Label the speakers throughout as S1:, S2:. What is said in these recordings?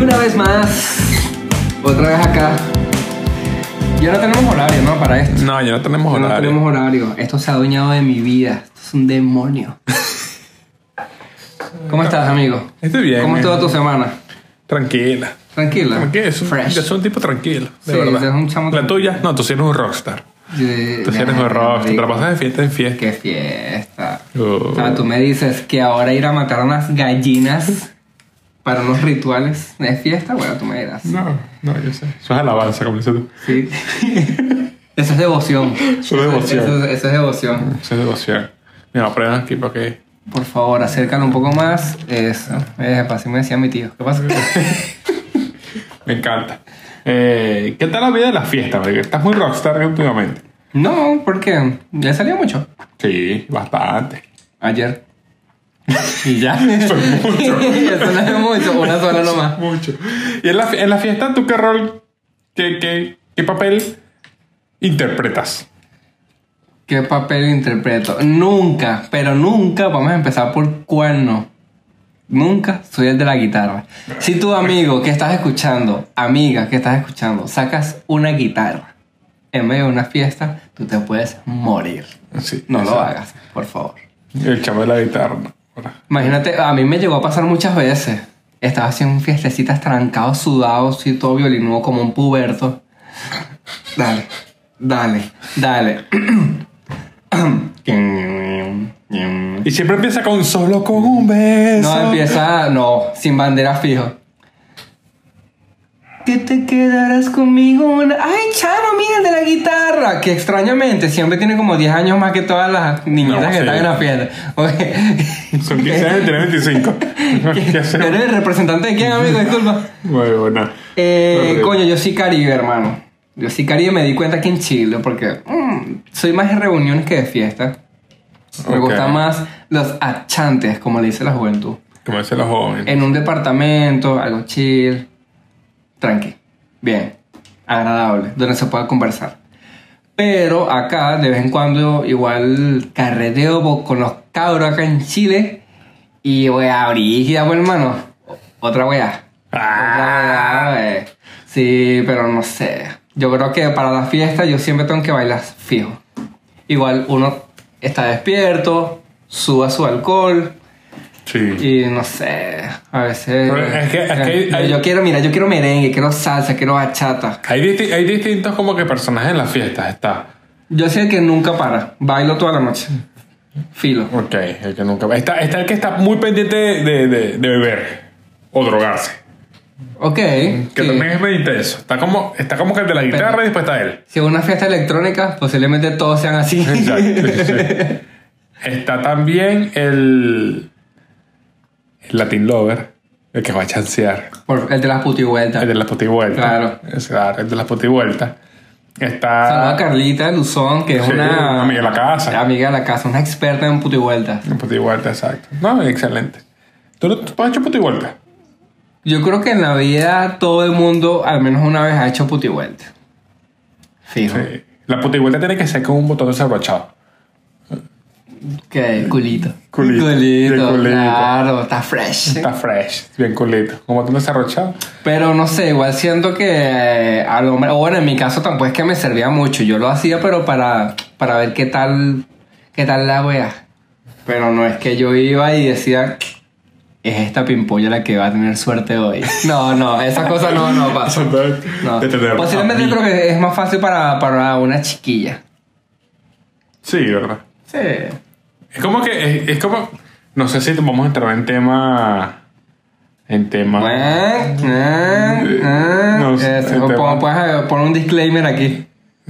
S1: Una vez más, otra vez acá. Ya no tenemos horario, ¿no? Para esto.
S2: No, ya no tenemos
S1: Ya
S2: horario.
S1: no tenemos horario. Esto se ha adueñado de mi vida. Esto es un demonio. ¿Cómo estás, amigo?
S2: Estoy bien.
S1: ¿Cómo
S2: eh.
S1: estuvo tu semana?
S2: Tranquila.
S1: Tranquila.
S2: Tranquila. Es un,
S1: Fresh.
S2: yo soy un tipo tranquilo. De
S1: Sí,
S2: verdad.
S1: es un chamo
S2: la
S1: tranquilo.
S2: tuya, no, tú sí eres un rockstar.
S1: Eh,
S2: Tú sí eres
S1: nah,
S2: un rockstar. Te la
S1: marico.
S2: pasas de fiesta en fiesta.
S1: Qué fiesta.
S2: Oh.
S1: O sea, tú me dices que ahora ir a matar unas gallinas para unos rituales de fiesta, bueno, tú me dirás.
S2: No, no, yo sé. Eso es alabanza, como dices tú.
S1: Sí. Eso es devoción.
S2: Eso es devoción.
S1: Eso, eso es devoción.
S2: Eso es devoción. Mira, prueban aquí para que.
S1: Por favor, acércalo un poco más. Eso. Epa, así me decía mi tío. ¿Qué pasa?
S2: Me encanta. Eh, ¿Qué tal la vida de las fiestas? Porque estás muy rockstar últimamente.
S1: no, porque ya salió mucho.
S2: Sí, bastante.
S1: Ayer. Y ya.
S2: Eso es mucho.
S1: Eso no es mucho. Una sola nomás.
S2: Mucho. ¿Y en la, en la fiesta tú qué rol, qué, qué, qué papel interpretas?
S1: ¿Qué papel interpreto? Nunca, pero nunca, vamos a empezar por cuerno. Nunca soy el de la guitarra. Si tu amigo que estás escuchando, amiga que estás escuchando, sacas una guitarra en medio de una fiesta, tú te puedes morir.
S2: Sí,
S1: No lo
S2: exacto.
S1: hagas, por favor.
S2: El chavo de la guitarra. ¿no? Ahora,
S1: Imagínate, a mí me llegó a pasar muchas veces. Estaba haciendo fiestecitas trancado, sudado, sí, todo violinudo como un puberto. Dale, dale, dale.
S2: Y siempre empieza con solo con un beso.
S1: No, empieza, no, sin bandera fijo. Que te quedarás conmigo una... ¡Ay, Chano, mira el de la guitarra! Que extrañamente siempre tiene como 10 años más que todas las niñitas
S2: No,
S1: que
S2: sí.
S1: están en la fiesta. Ok.
S2: Son 15 años y tiene 25. ¿Qué
S1: ¿Eres
S2: hacemos?
S1: el representante de quién, amigo? Disculpa.
S2: Muy buena.
S1: Eh,
S2: Horrible.
S1: coño, yo sí Caribe, hermano. Yo sí Caribe me di cuenta que en Chile, porque mm, soy más de reuniones que de fiesta. Me
S2: Ok.
S1: gustan más los achantes, como le dice la juventud.
S2: Como dicen los jóvenes.
S1: En un departamento, algo chill, tranqui, bien, agradable, donde se pueda conversar. Pero acá, de vez en cuando, igual carreteo po- con los cabros acá en Chile y wea, brígida, pues, hermano. Otra wea.
S2: Ah,
S1: Otra wea, wey. Sí, pero no sé. Yo creo que para la fiesta yo siempre tengo que bailar fijo. Igual uno está despierto, suba su alcohol,
S2: Sí.
S1: y no sé, a veces.
S2: Pero es que- es que
S1: yo,
S2: hay-
S1: yo quiero, mira, yo quiero merengue, quiero salsa, quiero bachata.
S2: Hay, disti- hay distintos como que personajes en las fiestas. Está.
S1: Yo soy el que nunca para, bailo toda la noche. Filo.
S2: Ok, el que nunca. Está, está el que está muy pendiente de, de- de beber o drogarse.
S1: Ok.
S2: Que
S1: sí.
S2: también es medio intenso. Está como, está como que el de la guitarra y después está él.
S1: Si es una fiesta electrónica, posiblemente todos sean así.
S2: Exacto, sí. Está también el, el Latin Lover, el que va a chancear.
S1: Por- el de las putivueltas.
S2: El de las putivueltas.
S1: Claro.
S2: Es claro, el de las putivueltas.
S1: Saluda
S2: Está
S1: a Carlita Luzón, que es
S2: Sí,
S1: una
S2: amiga de la casa.
S1: amiga de la casa, una experta en putivueltas.
S2: el putivuelta, exacto. No, excelente. ¿Tú, no- tú has hecho putivuelta?
S1: Yo creo que en la vida todo el mundo, al menos una vez, ha hecho putivueltas. Fijo.
S2: Sí. La putivuelta tiene que ser con un botón desabrochado.
S1: Que culito.
S2: Culito.
S1: Culito,
S2: De culito.
S1: Claro, está fresh.
S2: Está fresh, bien culito. Un botón desabrochado.
S1: Pero no sé, igual siento que eh, al hombre, o bueno, en mi caso tampoco es que me servía mucho. Yo lo hacía, pero para, para ver qué tal, qué tal la wea. Pero no es que yo iba y decía, es esta pimpolla la que va a tener suerte hoy. No, no, esas cosas no, no pasan. No.
S2: De tener
S1: Posiblemente
S2: a mí.
S1: creo que es más fácil para, para una chiquilla.
S2: Sí, ¿verdad?
S1: Sí.
S2: Es como que, es, es como, no sé si vamos a entrar en tema, en tema.
S1: Eh, eh, eh.
S2: No sé,
S1: Eso,
S2: el
S1: pon-
S2: tema-
S1: puedes poner un disclaimer aquí.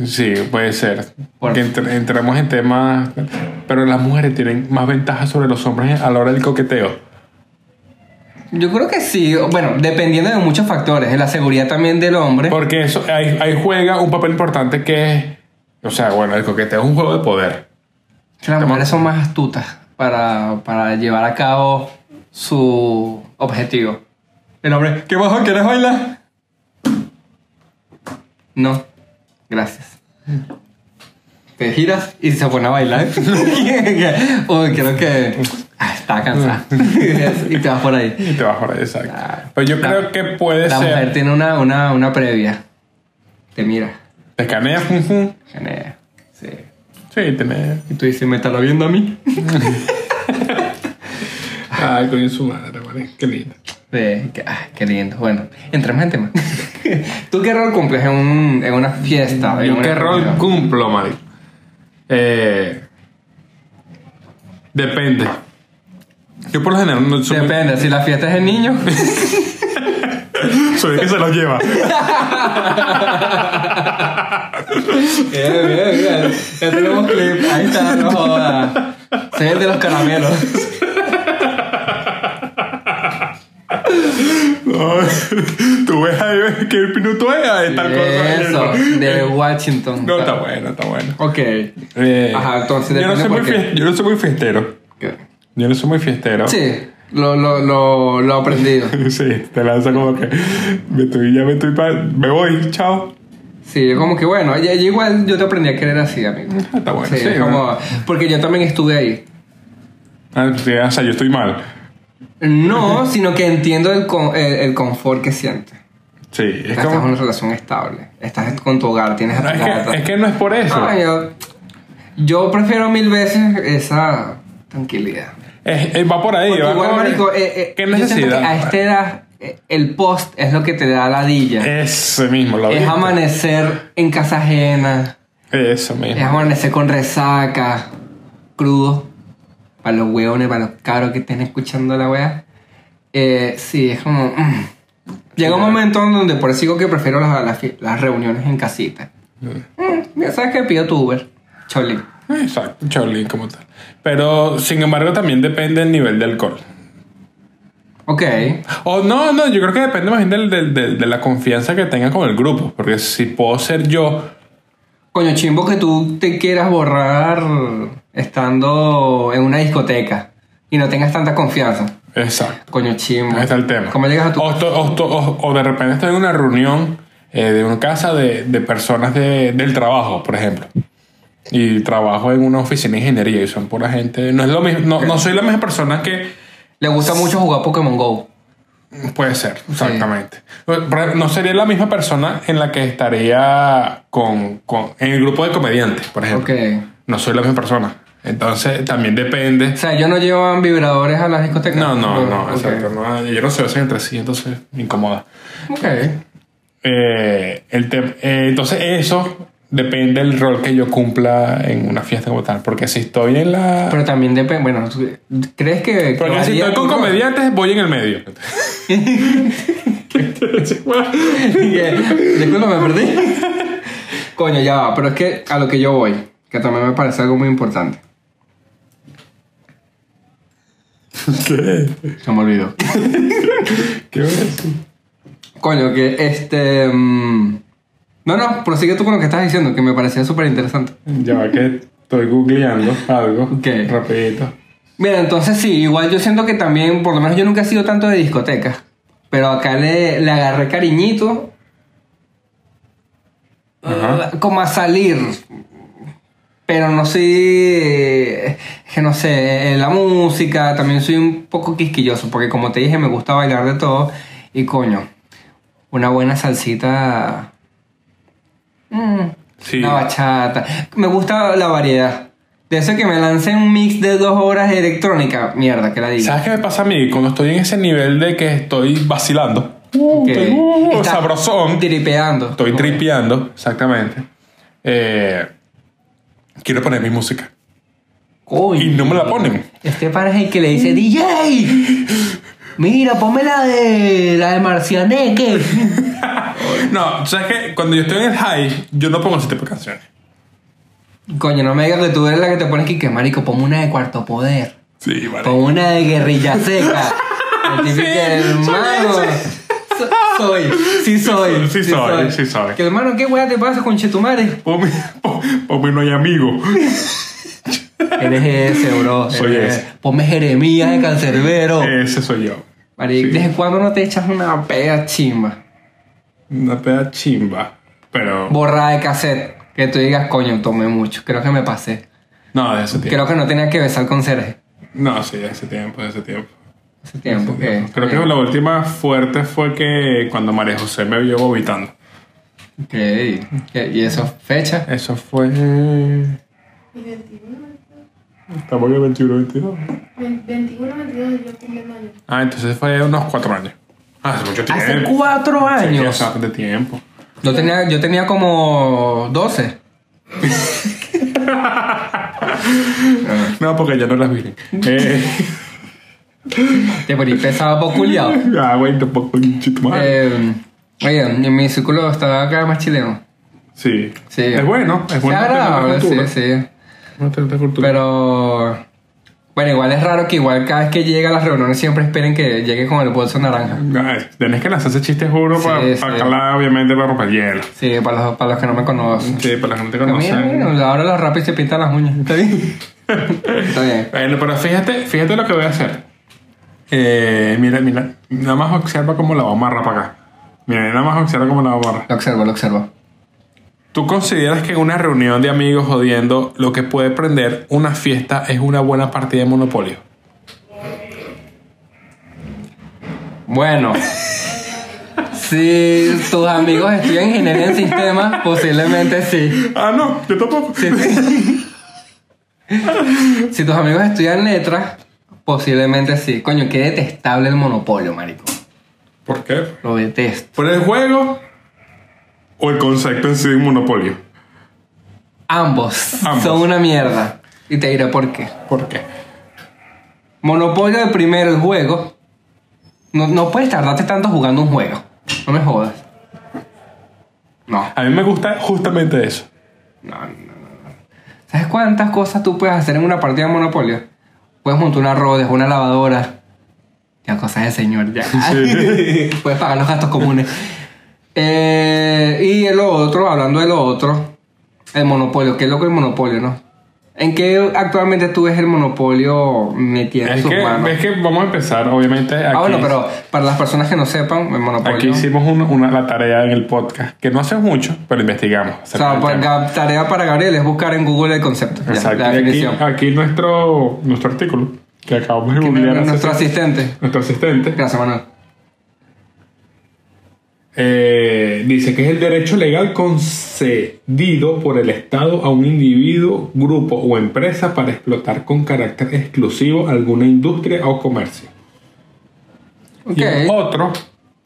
S2: Sí, puede ser.
S1: Por-
S2: Que entre- entremos en temas, pero las mujeres tienen más ventajas sobre los hombres a la hora del coqueteo.
S1: Yo creo que sí, bueno, dependiendo de muchos factores, de la seguridad también del hombre.
S2: Porque eso, ahí, ahí juega un papel importante que es, o sea, bueno, el coqueteo es un juego de poder.
S1: que las mujeres son más astutas para, para llevar a cabo su objetivo. El hombre, ¿qué bajo quieres bailar? No, gracias. Te giras y se pone a bailar. Uy, creo que. Ay, estaba cansada. y te vas por ahí.
S2: Y te vas por ahí, exacto.
S1: Claro.
S2: Pero yo
S1: Claro.
S2: creo que puede
S1: La
S2: ser.
S1: mujer tiene una, una, una previa. Te mira.
S2: Te escaneas, fum, fum.
S1: Genera. Sí.
S2: Sí, tenés.
S1: Y tú dices, ¿me estará viendo a mí?
S2: Ay, coño, su madre, vale. Qué lindo.
S1: Sí, que- ah, qué lindo. Bueno, entremos en tema. ¿Tú qué rol cumples en, un- en una fiesta? en
S2: Yo
S1: una
S2: qué rol
S1: reunión?
S2: cumplo, marico. Eh, depende. Yo por lo general no soy,
S1: Depende, si la fiesta es de niños.
S2: soy el que se los lleva.
S1: bien, bien, bien. Ya tenemos clip. Ahí está, no jodas. Soy el de los caramelos.
S2: No, tú ves ahí qué minuto es ahí, tal cosa.
S1: Eso, de Washington.
S2: No, está bueno, está bueno.
S1: Ok.
S2: Eh,
S1: Ajá, entonces,
S2: yo no,
S1: depende
S2: soy muy
S1: por qué.
S2: fies- yo no soy muy fiestero. Yo no soy muy fiestero.
S1: Sí, lo, lo, lo, lo aprendido.
S2: Sí, te lanza como que me estoy, ya me estoy pa- me voy, chao.
S1: Sí, yo como que bueno, yo, yo igual yo te aprendí a querer así, amigo.
S2: Ah, Está bueno,
S1: Sí,
S2: sí,
S1: es como, porque yo también estuve ahí.
S2: Ah, sí, o sea, yo estoy mal.
S1: No, sino que entiendo el, con- el, el confort que sientes.
S2: Sí, es
S1: Estás en
S2: como.
S1: una relación estable. Estás con tu hogar, tienes a
S2: No,
S1: tu
S2: es,
S1: gata.
S2: que, es que no es por eso.
S1: Ay, yo, yo prefiero mil veces esa tranquilidad.
S2: Es- es- va por ahí.
S1: Porque
S2: va
S1: igual,
S2: como que-
S1: marico, eh, eh,
S2: ¿Qué
S1: yo siento que
S2: necesidad?
S1: a esta edad eh, el post es lo que te da la
S2: Eh,
S1: dilla.
S2: Ese mismo, lo
S1: es
S2: viste.
S1: amanecer en casa ajena.
S2: Eso
S1: Es
S2: mismo.
S1: amanecer con resaca, crudo, para los hueones, para los caros que estén escuchando la wea. Eh, sí, es como... mm. Llega un momento en donde por eso digo que prefiero las, las fie- las reuniones en casita. Mm, mira, ¿Sabes qué? Pido tu Uber. Chole.
S2: Exacto, Charlie, como tal. Pero, sin embargo, también depende del nivel de alcohol.
S1: Ok.
S2: O no, no, yo creo que depende más bien del- del- del- de la confianza que tenga con el grupo. Porque si puedo ser yo,
S1: Coño, chimbo que tú te quieras borrar estando en una discoteca y no tengas tanta confianza.
S2: exacto.
S1: Coño, chimbo.
S2: Ahí está el tema. Oh.
S1: ¿Cómo llegas a tu
S2: O, esto- o esto- o- o de repente estoy en una reunión eh, de una casa de, de personas de- del trabajo, por ejemplo. Y trabajo en una oficina de ingeniería y son pura gente. No es lo mismo, no, no soy la misma persona que
S1: Le gusta mucho jugar Pokémon Go.
S2: puede ser, exactamente. Pero No sería la misma persona en la que estaría con, con- en el grupo de comediantes, por ejemplo.
S1: Ok.
S2: No soy la misma persona. Entonces también
S1: O
S2: depende.
S1: sea, ellos no llevan vibradores a las discotecas.
S2: No, no, no,
S1: Ok.
S2: exacto. no, ellos no se besan entre sí, entonces me incomoda.
S1: Ok.
S2: Eh, el tem- eh, entonces eso depende del rol que yo cumpla en una fiesta como tal. Porque si estoy en la...
S1: Pero también depende. Bueno, ¿tú ¿crees que.? que
S2: porque si
S1: varía
S2: estoy con
S1: tu-
S2: comediantes, voy en el medio.
S1: Yeah. Disculpa, me perdí. Coño, ya va. Pero es que a lo que yo voy, que también me parece algo muy importante.
S2: ¿Qué?
S1: Se me olvidó.
S2: ¿Qué hora es?
S1: Coño, que este. mm, No, no, prosigue tú con lo que estás diciendo, que me parecía súper interesante.
S2: Ya va que estoy googleando algo.
S1: ¿Qué?
S2: Rapidito.
S1: Mira, entonces sí, igual yo siento que también, por lo menos yo nunca he sido tanto de discotecas, pero acá le, le agarré cariñito
S2: Ajá.
S1: uh, como a salir, pero no soy, eh, que no sé, eh, la música, también soy un poco quisquilloso, porque como te dije me gusta bailar de todo y coño, una buena salsita, mm,
S2: Sí.
S1: una bachata, me gusta la variedad. De eso que me lancen un mix de dos horas de electrónica, mierda, que la diga.
S2: ¿Sabes qué me pasa a mí? Cuando estoy en ese nivel de que estoy vacilando. Uh,
S1: Ok.
S2: estoy, uh,
S1: Estás
S2: sabrosón.
S1: Tripeando.
S2: Estoy tripeando, exactamente. Eh, quiero poner mi música.
S1: Coño.
S2: Y no me la ponen.
S1: Este pana es el que le dice, DJ, mira, ponme la de, la de Marcianeque.
S2: No, ¿sabes que Cuando yo estoy en el high, yo no pongo ese tipo de canciones.
S1: Coño, no me digas que tú eres la que te pones aquí, que marico, ponme una de Cuarto Poder.
S2: Sí, vale.
S1: Ponme una de Guerrilla Seca. El típico
S2: Sí,
S1: hermano.
S2: soy
S1: So- Soy, sí soy.
S2: Sí soy, sí soy.
S1: Que hermano, ¿qué weá te pasa con Chetumare?
S2: Ponme, pon- ponme no hay amigo.
S1: Eres ese, bro.
S2: Soy
S1: eres-
S2: ese. Eh,
S1: Ponme Jeremías de Cancerbero.
S2: Ese soy yo.
S1: Marico, ¿desde cuándo no te echas una pega chimba?
S2: Una peda chimba. Pero.
S1: borrada de cassette. Que tú digas, coño, tomé mucho. Creo que me pasé.
S2: No, de ese tiempo.
S1: Creo que no tenía que besar con Sergio.
S2: No, sí, hace tiempo, hace tiempo.
S1: Hace tiempo que.
S2: Creo que la última fuerte fue que cuando María José me vio vomitando.
S1: Ok. ¿Qué- ¿Y eso fecha?
S2: Eso fue.
S3: Y 21,
S2: Estamos en el 21, 22.
S3: 21, 22, yo cumpliendo años.
S2: Ah, entonces fue unos cuatro años. Ah, hace mucho tiempo.
S1: Hace cuatro
S2: Sí,
S1: años.
S2: hace bastante tiempo.
S1: Yo tenía, yo tenía como 12.
S2: No, porque ya no las vi. Eh,
S1: Te poní pesado poco culiao.
S2: ah, güey, tampoco un chito más.
S1: Eh, oye, en mi círculo estaba acá más chileno.
S2: sí.
S1: sí.
S2: Es bueno, es
S1: Sí,
S2: bueno. tener
S1: agradable,
S2: cultura.
S1: sí, sí.
S2: Bueno, tener otra cultura.
S1: Pero. Bueno, igual es raro que igual cada vez que llega a las reuniones siempre esperen que llegue con el bolso naranja.
S2: Ay, tenés que lanzar ese chiste, juro,
S1: Sí, sí.
S2: para calar, obviamente, para romper hielo.
S1: Sí, para los, para los que no me conocen.
S2: Sí, para la gente que no
S1: Mira,
S2: sabe.
S1: bueno, ahora los rapis se pintan las uñas. Está bien. Está bien.
S2: Bueno, pero fíjate, fíjate lo que voy a hacer. Eh, mira, mira, nada más observa cómo la amarra para acá. Mira, nada más observa cómo la amarra.
S1: Lo observo, lo observo.
S2: ¿Tú consideras que en una reunión de amigos jodiendo lo que puede prender una fiesta es una buena partida de monopolio?
S1: Bueno. Si tus amigos estudian ingeniería en sistemas, posiblemente sí.
S2: Ah, no, yo tampoco.
S1: Si tus amigos estudian letras, posiblemente sí. Coño, qué detestable el monopolio, marico.
S2: ¿Por qué?
S1: Lo detesto.
S2: ¿Por el juego o el concepto en sí de un monopolio?
S1: Ambos,
S2: Ambos.
S1: son una mierda. Y te diré por qué.
S2: ¿Por qué?
S1: Monopolio de primero el juego. No, no puedes tardarte tanto jugando un juego. No me jodas. No.
S2: A mí me gusta justamente eso.
S1: No, no, no, no. ¿Sabes cuántas cosas tú puedes hacer en una partida de Monopolio? Puedes montar una rodes, una lavadora. Ya, cosas de señor, ya.
S2: Sí.
S1: puedes pagar los gastos comunes. Eh, y el otro, hablando de lo otro, el monopolio. Qué loco el monopolio, ¿no? ¿En qué actualmente tú ves el monopolio metiendo
S2: Es
S1: sus
S2: que,
S1: manos?
S2: es que vamos a empezar, obviamente. Aquí,
S1: ah, bueno, pero para las personas que no sepan, el monopolio.
S2: aquí hicimos un- una, la tarea en el podcast, que no hace mucho, pero investigamos.
S1: O sea, para- ga- tarea para Gabriel es buscar en Google el concepto. ya,
S2: Exacto.
S1: la
S2: Y aquí, ah.
S1: definición.
S2: aquí nuestro, nuestro artículo que acabamos de googlear hace-
S1: Nuestro asistente.
S2: nuestro asistente
S1: Gracias, Manuel.
S2: eh, dice que es el derecho legal concedido por el Estado a un individuo, grupo o empresa para explotar con carácter exclusivo alguna industria o comercio.
S1: Ok.
S2: Y el otro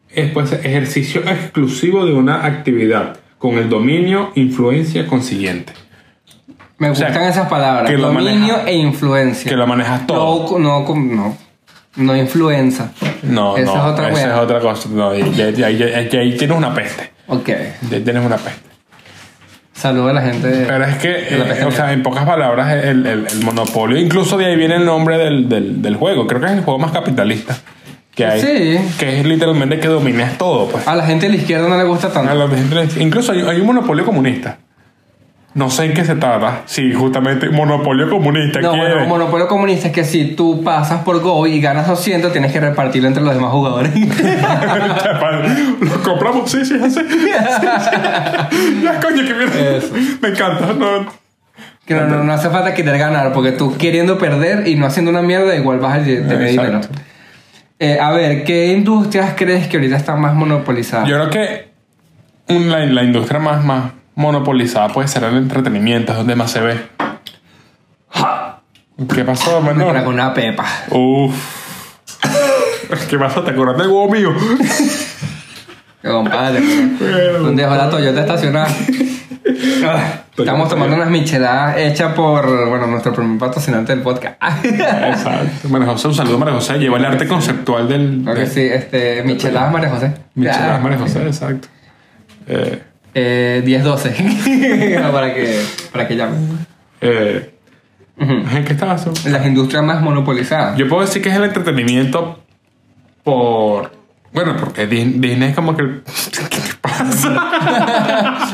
S2: es pues ejercicio exclusivo de una actividad con el dominio, influencia consiguiente.
S1: Me
S2: sea,
S1: gustan esas palabras.
S2: que lo
S1: Dominio
S2: maneja-
S1: e influencia.
S2: Que lo manejas todo.
S1: no, no, com- no. No influenza.
S2: No,
S1: Esa
S2: no,
S1: es otra
S2: esa
S1: wea.
S2: es otra cosa. No, y- y- y- y- y- ahí tienes una peste.
S1: Ok.
S2: Ya Tienes una peste.
S1: Saludo a la gente. de-
S2: Pero es que,
S1: de la
S2: eh,
S1: pesca
S2: o sea, en pocas palabras, el, el- el monopolio, incluso de ahí viene el nombre del, del- del juego. Creo que es el juego más capitalista que hay.
S1: Sí.
S2: Que es literalmente que dominas todo, pues.
S1: A la gente de la izquierda no le gusta
S2: A
S1: tanto.
S2: la gente- Incluso hay, hay un monopolio comunista. No sé en qué se trata. Sí, justamente monopolio comunista.
S1: No,
S2: quiere.
S1: bueno, monopolio comunista es que si tú pasas por Go y ganas 200, tienes que repartirlo entre los demás jugadores.
S2: Lo compramos, sí, sí, así. Sí, sí. Ya, coño, que viene.
S1: Eso.
S2: Me encanta. No,
S1: que no, no, no hace falta querer ganar, porque tú queriendo perder y no haciendo una mierda, igual vas a tener dinero.
S2: Exacto.
S1: Eh, a ver, ¿qué industrias crees que ahorita están más monopolizadas?
S2: Yo creo que un- la, la industria más, más monopolizada puede ser el entretenimiento, es donde más se ve. ¿Qué pasó,
S1: Me trago
S2: Manuel?
S1: una pepa.
S2: Uf. ¿Qué pasó? ¿Te acordaste del huevo mío?
S1: Que compadre. ¿Dónde dejó la Toyota estacionada? Ah, Estamos tomando unas micheladas hechas por, bueno, nuestro primer patrocinante del podcast. Claro
S2: Exacto. María José, un saludo, María José. Lleva el arte conceptual del.
S1: que
S2: de-
S1: sí, este, micheladas María José.
S2: Micheladas,
S1: Ya.
S2: María José, exacto. Eh,
S1: Eh, 10-12. para que, para que llamen.
S2: eh,
S1: Ujú.
S2: ¿En qué estabas tú?
S1: Las industrias más monopolizadas.
S2: Yo puedo decir que es el entretenimiento por. Bueno, porque Dis- Disney es como que. ¿Qué te pasa?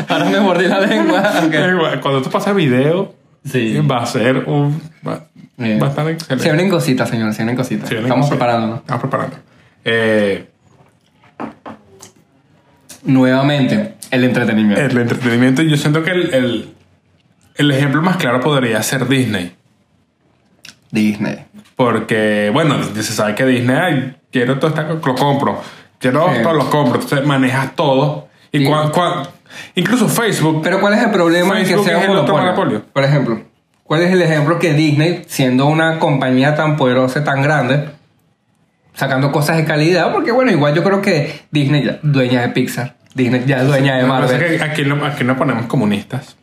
S1: Ahora me mordí la lengua.
S2: Eh, bueno, Cuando tú pasas video,
S1: Sí.
S2: va a ser un. Va,
S1: Bien.
S2: va a estar
S1: Se
S2: excelente.
S1: abren cositas, señor, se abren cositas.
S2: Sí, una
S1: Estamos
S2: cosa-
S1: preparándonos.
S2: Estamos preparando. Eh,
S1: Nuevamente, el entretenimiento.
S2: el entretenimiento, yo siento que el, el, el ejemplo más claro podría ser Disney.
S1: Disney.
S2: Porque, bueno, se sabe que Disney, "Ay, quiero todo esto, lo compro. Quiero
S1: Sí.
S2: todo, lo compro. Entonces manejas todo. Y
S1: Sí.
S2: cuan- cuan- incluso Facebook.
S1: Pero ¿cuál es el problema en que
S2: Facebook
S1: sea un
S2: es el otro
S1: monopolio?
S2: monopolio.
S1: Por ejemplo, ¿cuál es el ejemplo que Disney, siendo una compañía tan poderosa, y tan grande, sacando cosas de calidad? Porque bueno, igual yo creo que Disney ya es dueña de Pixar, Disney ya es dueña de
S2: Lo que pasa es
S1: Eh, Marvel.
S2: que aquí, no, aquí no ponemos comunistas.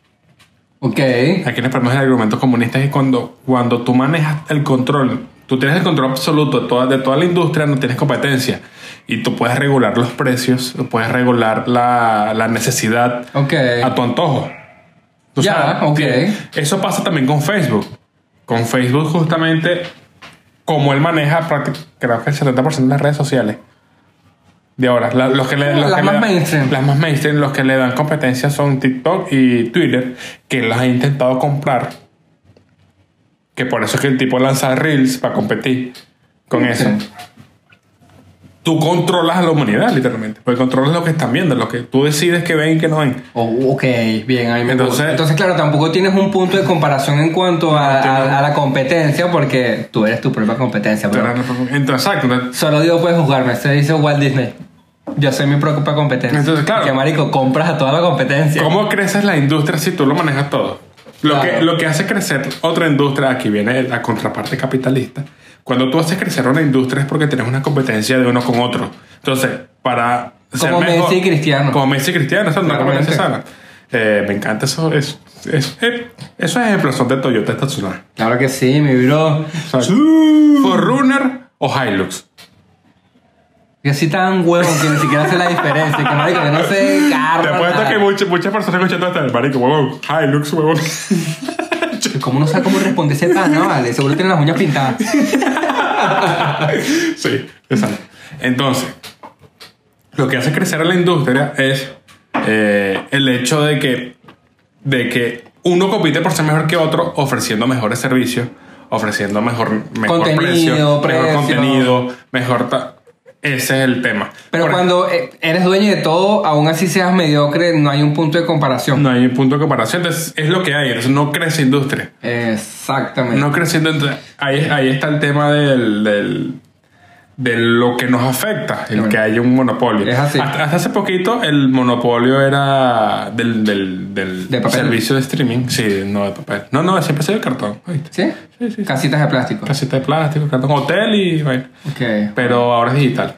S1: Ok,
S2: Aquí nos ponemos el argumento comunista es cuando, cuando tú manejas el control, tú tienes el control absoluto de toda, de toda la industria, no tienes competencia. Y tú puedes regular los precios, puedes regular la, la necesidad
S1: ok.
S2: a tu antojo.
S1: Ya, ok.
S2: que Eso pasa también con Facebook. Con Facebook, justamente, como él maneja prácti- creo que el 70% de las redes sociales. De ahora, la- los que le, los
S1: Las
S2: que
S1: más
S2: le dan-
S1: mainstream.
S2: Las más mainstream, los que le dan competencia son TikTok y Twitter, que las ha intentado comprar. Que por eso es que el tipo lanza Reels para competir con eso. Tú controlas a la humanidad, literalmente. Porque controlas lo que están viendo, lo que tú decides que ven y que no ven.
S1: Oh, ok, bien, ahí me
S2: Entonces-
S1: gusta. Entonces, claro, tampoco tienes un punto de comparación en cuanto a, a- a la competencia, porque tú eres tu propia competencia. bro.
S2: Entonces, exacto. entonces,
S1: Solo Dios puede juzgarme, se dice Walt Disney. Yo soy mi propia competencia.
S2: Entonces, claro.
S1: Que marico, compras a toda la competencia.
S2: ¿Cómo creces la industria si tú lo manejas todo? Lo,
S1: Claro.
S2: que, lo que hace crecer otra industria, aquí viene la contraparte capitalista. Cuando tú haces crecer una industria es porque tienes una competencia de uno con otro. Entonces, para.
S1: Como Messi y Cristiano.
S2: Como Messi y Cristiano, esa es una
S1: Claramente.
S2: competencia sana. Eh, me encanta eso. Es, es- eh, esos ejemplos son de Toyota estacional.
S1: Claro que sí, mi bro.
S2: Forerunner o Hilux.
S1: Yo soy tan huevón que ni siquiera sé la diferencia. Que marico, yo no sé de carro.
S2: Te apuesto
S1: nada.
S2: que muchas, muchas personas escuchando hasta el marico, huevón, Hilux, huevón.
S1: Como no sabe cómo responde ese pan, ¿no? Vale, seguro tiene las uñas pintadas.
S2: Sí, exacto. Entonces, lo que hace crecer a la industria es eh, el hecho de que, de que uno compite por ser mejor que otro ofreciendo mejores servicios, ofreciendo mejor, mejor
S1: Contenido,
S2: precio, mejor
S1: precio.
S2: contenido, mejor... ta- Ese es el tema.
S1: Pero
S2: Por-
S1: cuando eh, eres dueño de todo, aún así seas mediocre, no hay un punto de comparación.
S2: No hay punto de comparación, entonces es lo que hay, entonces no crece industria.
S1: Exactamente.
S2: No creciendo. entonces, ahí, ahí está el tema del, del- de lo que nos afecta, el
S1: Claro.
S2: que haya un monopolio.
S1: Es así.
S2: Hasta, hasta hace poquito el monopolio era del, del, del
S1: De papel.
S2: servicio de streaming. Sí, no de papel. No, no, siempre se dio cartón. ¿oíste?
S1: ¿Sí?
S2: Sí, sí, sí.
S1: Casitas de plástico.
S2: Casita de plástico, cartón, hotel y. vaina.
S1: Ok.
S2: Pero ahora es digital.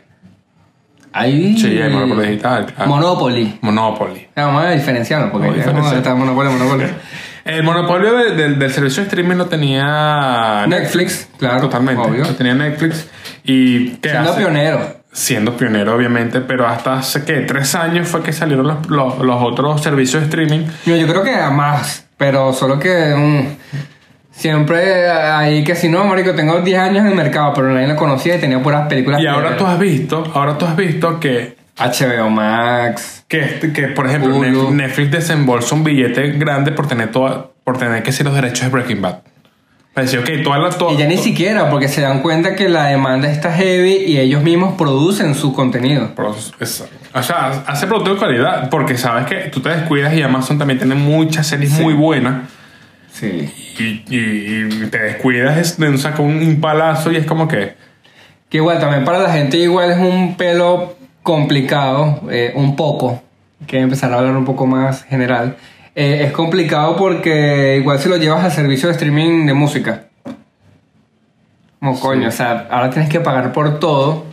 S1: Ahí.
S2: Sí, hay monopolio digital, claro.
S1: Monopoly.
S2: Monopoly.
S1: Ya, Vamos a diferenciarlo porque
S2: Vamos a
S1: ya, vamos a está
S2: diferenciar.
S1: Monopoly, Monopoly.
S2: El monopolio de- del- del servicio de streaming lo tenía.
S1: Netflix, claro,
S2: Totalmente.
S1: obvio.
S2: Lo tenía Netflix. ¿Y qué
S1: Siendo
S2: hace?
S1: pionero.
S2: siendo pionero obviamente, pero hasta hace que tres años fue que salieron los, los- los otros servicios de streaming.
S1: Yo, yo creo que a más, pero solo que mm, siempre ahí que si no, marico, tengo 10 años en el mercado, pero nadie lo conocía y tenía puras películas.
S2: Y ahora
S1: pioneras.
S2: tú has visto, ahora tú has visto que,
S1: HBO Max.
S2: que, este, que, por ejemplo,
S1: Hulu.
S2: Netflix, Netflix desembolsa un billete grande por tener toda, por tener que ser los derechos de Breaking Bad. Me decía, ok, toda la... toda-
S1: Y ya ni
S2: to-
S1: siquiera, porque se dan cuenta que la demanda está heavy y ellos mismos producen su contenido.
S2: Pero es- es- O sea, hace producto de calidad, porque sabes que tú te descuidas y Amazon también tiene muchas series muy buenas.
S1: Sí.
S2: Y, y- y te descuidas, es, de- saca un, un palazo y es como que...
S1: Que igual también para la gente igual es un pelo complicado, eh, un poco. Que empezar a hablar un poco más general. Eh, es complicado porque igual si lo llevas al servicio de streaming de música. Como coño, o sea, ahora tienes que pagar por todo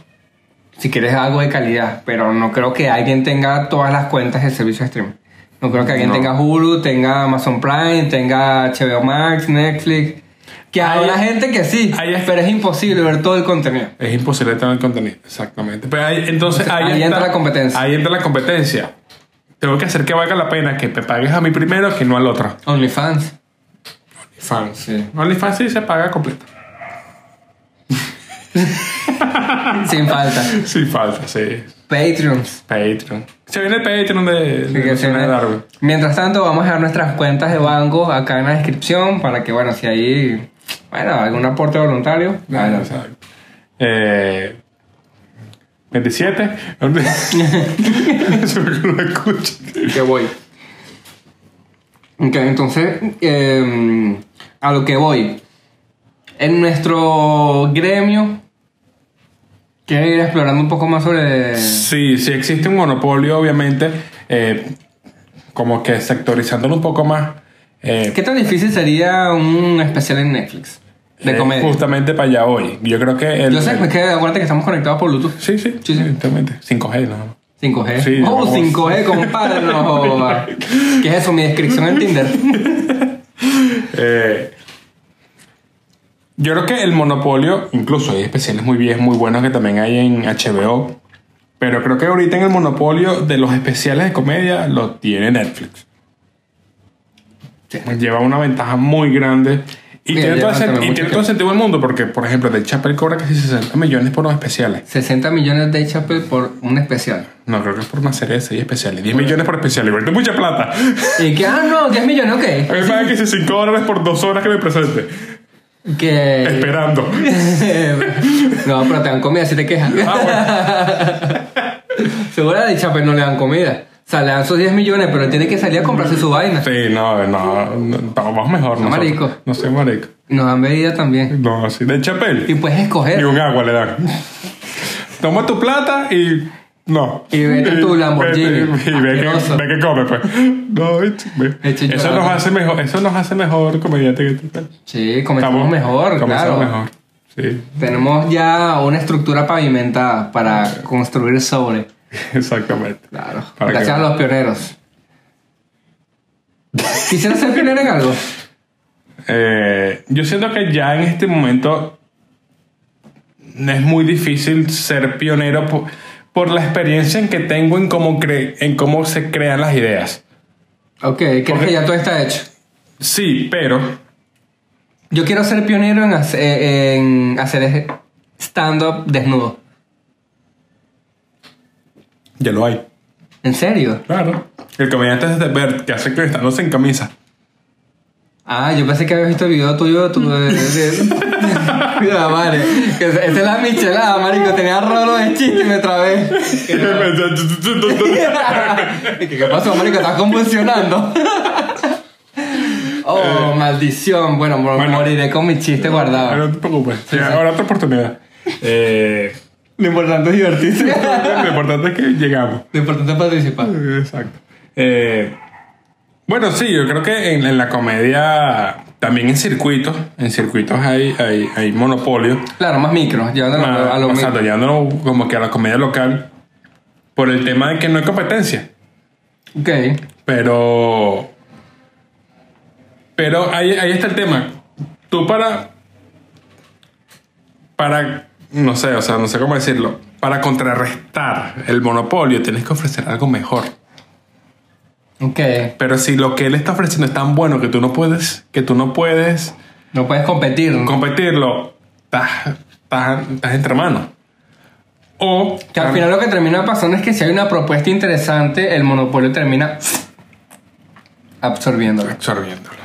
S1: si quieres algo de calidad, pero no creo que alguien tenga todas las cuentas del servicio de streaming. No creo que alguien
S2: No.
S1: tenga Hulu, tenga Amazon Prime, tenga HBO Max, Netflix. Que
S2: Hay-
S1: habrá gente que sí,
S2: hay-
S1: pero es imposible ver todo el contenido.
S2: Es imposible tener contenido. Exactamente. Pero ahí- entonces ahí,
S1: ahí entra la competencia.
S2: Ahí entra la competencia. Tengo que hacer que valga la pena que te pagues a mí primero que no al otro.
S1: OnlyFans.
S2: Fans.
S1: Sí.
S2: OnlyFans sí se paga completo.
S1: Sin falta.
S2: Sin falta, sí.
S1: Patreons.
S2: Patreon. Se viene el Patreon de, de,
S1: Que
S2: Emociones
S1: tiene-
S2: de Darwin.
S1: Mientras tanto, vamos a dejar nuestras cuentas de banco acá en la descripción para que, bueno, si hay bueno, algún aporte voluntario.
S2: Ah, exacto. Eh, 27. Eso no lo escucho.
S1: Que voy. em, Ok, entonces, eh, a lo que voy. En nuestro gremio, quiero ir explorando un poco más sobre...
S2: Sí, sí existe un monopolio, obviamente, eh, como que sectorizándolo un poco más. eh,
S1: ¿Qué tan difícil sería un especial en Netflix? De
S2: eh,
S1: comedia.
S2: Justamente para allá hoy. Yo creo que... El,
S1: Yo sé, es que acuérdate que estamos conectados por Bluetooth.
S2: Sí, sí,
S1: Sí, sí.
S2: justamente. 5G, ¿no?
S1: 5G.
S2: Sí,
S1: oh,
S2: vamos.
S1: 5G, compadre, no joda. ¿Qué es eso? Mi descripción en Tinder.
S2: Eh, yo creo que el monopolio, incluso hay especiales muy bien, muy buenos que también hay en HBO, pero creo que ahorita en el monopolio de los especiales de comedia lo tiene Netflix. Pues
S1: Sí.
S2: Lleva una ventaja muy grande. Y
S1: Bien,
S2: tiene,
S1: lleva
S2: todo, el sen-
S1: también
S2: y
S1: mucho
S2: tiene todo el sentido del mundo, porque, por ejemplo, Del Chapel cobra casi 60 millones por los especiales.
S1: 60 millones de Chappelle por un especial.
S2: No, creo que es por una serie de 6 especiales. 10 millones por especial, igual que mucha plata.
S1: Y que, ah, no, 10 millones,
S2: A
S1: ok.
S2: mí me pagan que 5 dólares por 2 horas que me presente.
S1: Eh. Que.
S2: Esperando.
S1: no, pero te dan comida si te quejas.
S2: Ah,
S1: Seguro a de Chappelle no le dan comida. O sea, le dan sus 10 millones, pero él tiene que salir a comprarse su vaina.
S2: Sí, no, no, no, vamos mejor.
S1: No,
S2: nosotros.
S1: marico.
S2: No soy marico.
S1: Nos dan bebida también.
S2: No, así de
S1: Y
S2: chapel.
S1: puedes
S2: Y
S1: escoger.
S2: un agua le dan. Toma tu plata y. No.
S1: Y vete a tu Lamborghini.
S2: vete- Y ve que,
S1: Asqueroso.
S2: ve que come, pues. No, it's- ve.
S1: Eche
S2: eso,
S1: llorando.
S2: nos hace mejor, eso nos hace mejor comediante que tú. Estamos
S1: Sí, comenzamos mejor,
S2: comenzamos
S1: claro.
S2: mejor. Sí,
S1: Tenemos ya una estructura pavimentada para construir sobre.
S2: exactamente.
S1: Claro.
S2: Para
S1: Gracias
S2: que-
S1: a los pioneros. Quisiera ser pionero en algo.
S2: Eh, yo siento que ya en este momento es muy difícil ser pionero po- por, la experiencia en que tengo en cómo, cre- en cómo se crean las ideas.
S1: Ok, crees
S2: Porque-
S1: que ya todo está hecho.
S2: Sí, pero
S1: Yo quiero ser pionero en, hace- eh, en hacer stand-up desnudo.
S2: ya lo hay.
S1: ¿En serio?
S2: Claro. El comediante es de Bert, que hace que están en camisa.
S1: Ah, yo pensé que habías visto el video tuyo de tu. De, de- Ya, madre. Que Esa esa es la michelada, marico. Tenía rolo de chiste y me trabé. ¿Qué qué pasó, marico? Estás convulsionando. Oh, maldición. Bueno, mo-
S2: Eh, Bueno.
S1: moriré con mi chiste guardado.
S2: no te preocupes. Ya, Ahora otra oportunidad. Eh,
S1: Lo importante es divertirse.
S2: lo importante es que llegamos.
S1: Lo importante es participar.
S2: Exacto. Eh, bueno, sí, yo creo que en, en la comedia, también en circuitos, en circuitos hay, hay, hay monopolio.
S1: Claro, más micro. Llevándolo
S2: Ah,
S1: a lo micro.
S2: Exacto, llevándolo como que a la comedia local, por el tema de que no hay competencia.
S1: Ok.
S2: Pero. Pero ahí, ahí está el tema. Tú para. Para. No sé, o sea, no sé cómo decirlo. Para contrarrestar el monopolio, tienes que ofrecer algo mejor.
S1: Ok.
S2: Pero si lo que él está ofreciendo es tan bueno que tú no puedes, que tú no puedes
S1: No puedes competir.
S2: competirlo, estás, estás- estás entre manos. O
S1: Que al final lo que termina pasando es que si hay una propuesta interesante, el monopolio termina absorbiéndola.
S2: absorbiéndolo.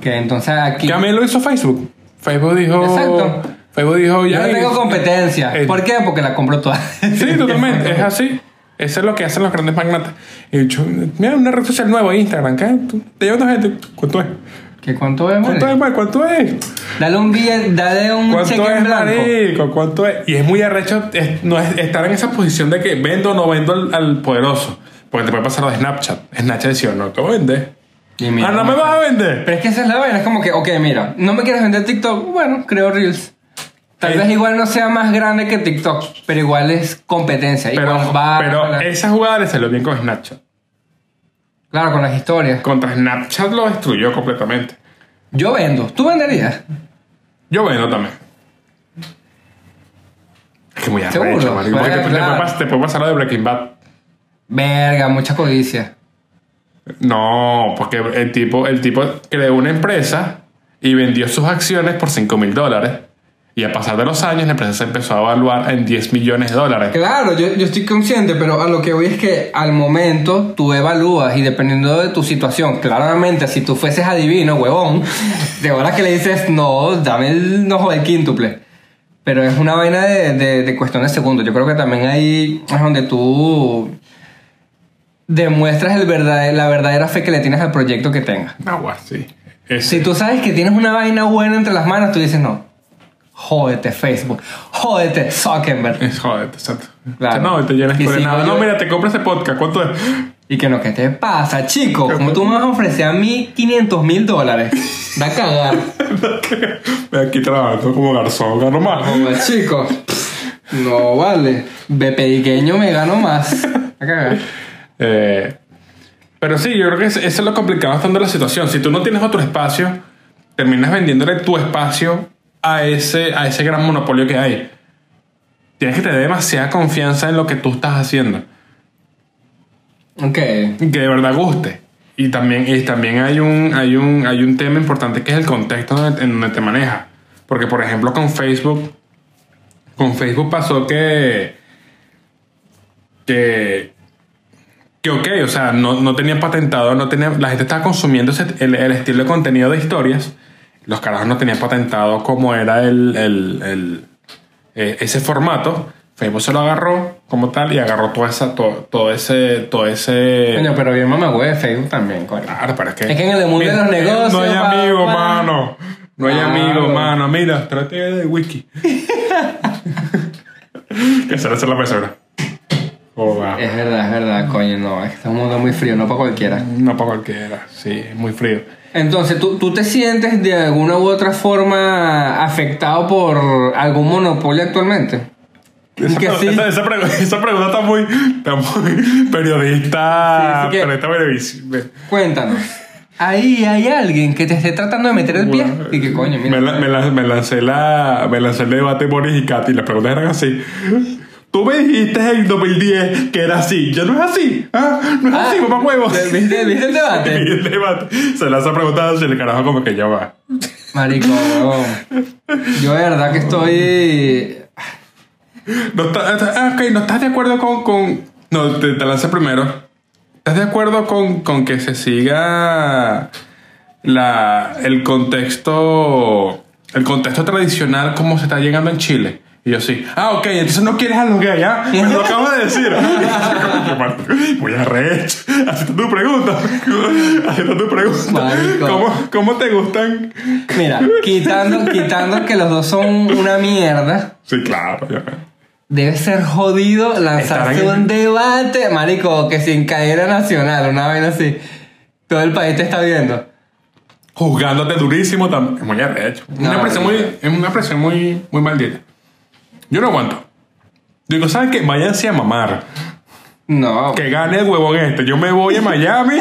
S1: Que entonces aquí...
S2: Que a
S1: Yo
S2: mí lo hizo Facebook. Facebook dijo.
S1: Exacto.
S2: Facebook dijo ya.
S1: no
S2: y-
S1: tengo competencia.
S2: eh,
S1: ¿Por qué? Porque la compro toda.
S2: Sí, totalmente. es así. Eso es lo que hacen los grandes magnates. Y yo, mira, una red social nueva, Instagram. ¿Qué? Tú- Te lleva otra gente. ¿Cuánto es?
S1: ¿Qué cuánto es,
S2: ¿Cuánto es,
S1: marico?
S2: Mike? ¿Cuánto es?
S1: Dale un billete, dale un
S2: ¿Cuánto
S1: cheque
S2: es,
S1: en blanco.
S2: marico? ¿Cuánto es? Y es muy arrecho es- no es- estar en esa posición de que vendo o no vendo al, al poderoso. Porque te puede pasar lo de Snapchat. Snapchat decía, no, te voy a vender.
S1: Y mira,
S2: ah, no me vas a vender.
S1: Pero es que esa es la vaina, es como que, ok, mira, no me quieres vender TikTok, bueno, creo Reels. Tal
S2: Eh.
S1: vez igual no sea más grande que TikTok, pero igual es competencia.
S2: Pero,
S1: igual va
S2: pero esa jugada le salió bien con Snapchat.
S1: Claro, con las historias.
S2: Contra Snapchat lo destruyó completamente.
S1: Yo vendo, ¿tú venderías?
S2: Yo vendo también. Es que muy arrecho,
S1: Seguro.
S2: marico. Porque
S1: Bueno,
S2: te, te
S1: claro.
S2: puede pas- te puede pasar lo de Breaking Bad.
S1: Verga, mucha codicia.
S2: No, porque el tipo, el tipo creó una empresa y vendió sus acciones por 5 mil dólares. Y a pasar de los años, la empresa se empezó a evaluar en 10 millones de dólares.
S1: Claro, yo, yo estoy consciente, pero a lo que voy es que al momento tú evalúas y dependiendo de tu situación, claramente si tú fueses adivino, huevón, de ahora que le dices, no, dame el ojo del quíntuple. Pero es una vaina de, de, de cuestión de segundos. Yo creo que también ahí es donde tú demuestras el verdad, la verdadera fe que le tienes al proyecto que tengas.
S2: No, guau, sí. Es-
S1: Si tú sabes que tienes una vaina buena entre las manos, tú dices no. Jódete Facebook, jódete Zuckerberg.
S2: Es joder, exacto.
S1: Claro.
S2: No, te llenas
S1: Y
S2: por
S1: si
S2: nada.
S1: no,
S2: No,
S1: yo-
S2: mira, te compras ese podcast. ¿Cuánto es?
S1: Y que no, ¿qué te pasa, chico? Como tú me vas a ofrecer a mí 500 mil dólares. Da a cagar.
S2: Aquí trabajando como garzón, gano más.
S1: Como, chico, pff, no vale. De pequeño me gano más. Da a cagar.
S2: Eh, pero sí, yo creo que es- eso es lo complicado estando en la situación. Si tú no tienes otro espacio, terminas vendiéndole tu espacio a ese, a ese gran monopolio que hay. Tienes que tener demasiada confianza en lo que tú estás haciendo.
S1: Ok.
S2: que de verdad guste. Y también, y también hay, un, hay, un, hay un tema importante que es el contexto donde- en donde te manejas. Porque, por ejemplo, con Facebook, con Facebook pasó que, que, que ok, o sea, no, no tenía patentado, no tenía, la gente estaba consumiendo ese- el, el estilo de contenido de historias. Los carajos no tenían patentado cómo era el, el- el- eh, ese formato. Facebook se lo agarró como tal y agarró toda esa, todo, todo ese, todo ese...
S1: Coño, pero bien mamá de Facebook también, coño.
S2: Claro, pero es que. eh,
S1: Es que en el mundo de los negocios,
S2: No hay
S1: papá.
S2: amigo, mano. No hay
S1: Claro.
S2: amigo, mano. Mira, trate de wiki. que se le hace la persona. Joda.
S1: Es verdad, es verdad, coño, no, es que este es un mundo muy frío, no para cualquiera.
S2: No para cualquiera. Sí, es muy frío.
S1: Entonces, ¿tú, tú te sientes de alguna u otra forma afectado por algún monopolio actualmente?
S2: Esa,
S1: Que
S2: pre-
S1: sí.
S2: esa- esa pregu- esa pregunta está muy, está muy periodista.
S1: Sí, sí que-
S2: periodista televisivo.
S1: Cuéntanos. Ahí hay alguien que te esté tratando de meter el pie. Y que coño, mira.
S2: Me, la- me la- me lancé la, me lancé el debate Boris y Katy. Las preguntas eran así. Tú me dijiste en 2010 que era así. Yo no es así. ¿Ah? No es
S1: Ah,
S2: así, mamá huevos.
S1: ¿Viste, viste el debate?
S2: Y el debate. Se las ha preguntado si el carajo como que ya va.
S1: Marico, huevón. Yo de verdad que estoy...
S2: No está- está- ah, ok, no estás de acuerdo con. con- no, te, te lancé primero. ¿Estás de acuerdo con, con que se siga la, el contexto. El contexto tradicional como se está llegando en Chile? Y yo sí. Ah, ok, entonces no quieres a los gays, ¿ah? Me lo acabo de decir. Voy a reír. Haciendo tu pregunta. Haciendo tu pregunta.
S1: Marico.
S2: ¿Cómo, ¿Cómo te gustan?
S1: Mira, quitando, quitando que los dos son una mierda,
S2: Sí, claro. ya.
S1: debe ser jodido lanzarse
S2: Estar en-
S1: un debate, marico, que sin cadena nacional, una vaina así. Todo el país te está viendo.
S2: juzgándote durísimo también. Es muy arrecho.
S1: No,
S2: una presión
S1: no.
S2: muy, es una presión muy, muy maldita. Yo no aguanto. Digo, ¿sabes qué? Váyanse a mamar.
S1: No.
S2: Que gane el huevón este. Yo me voy a Miami.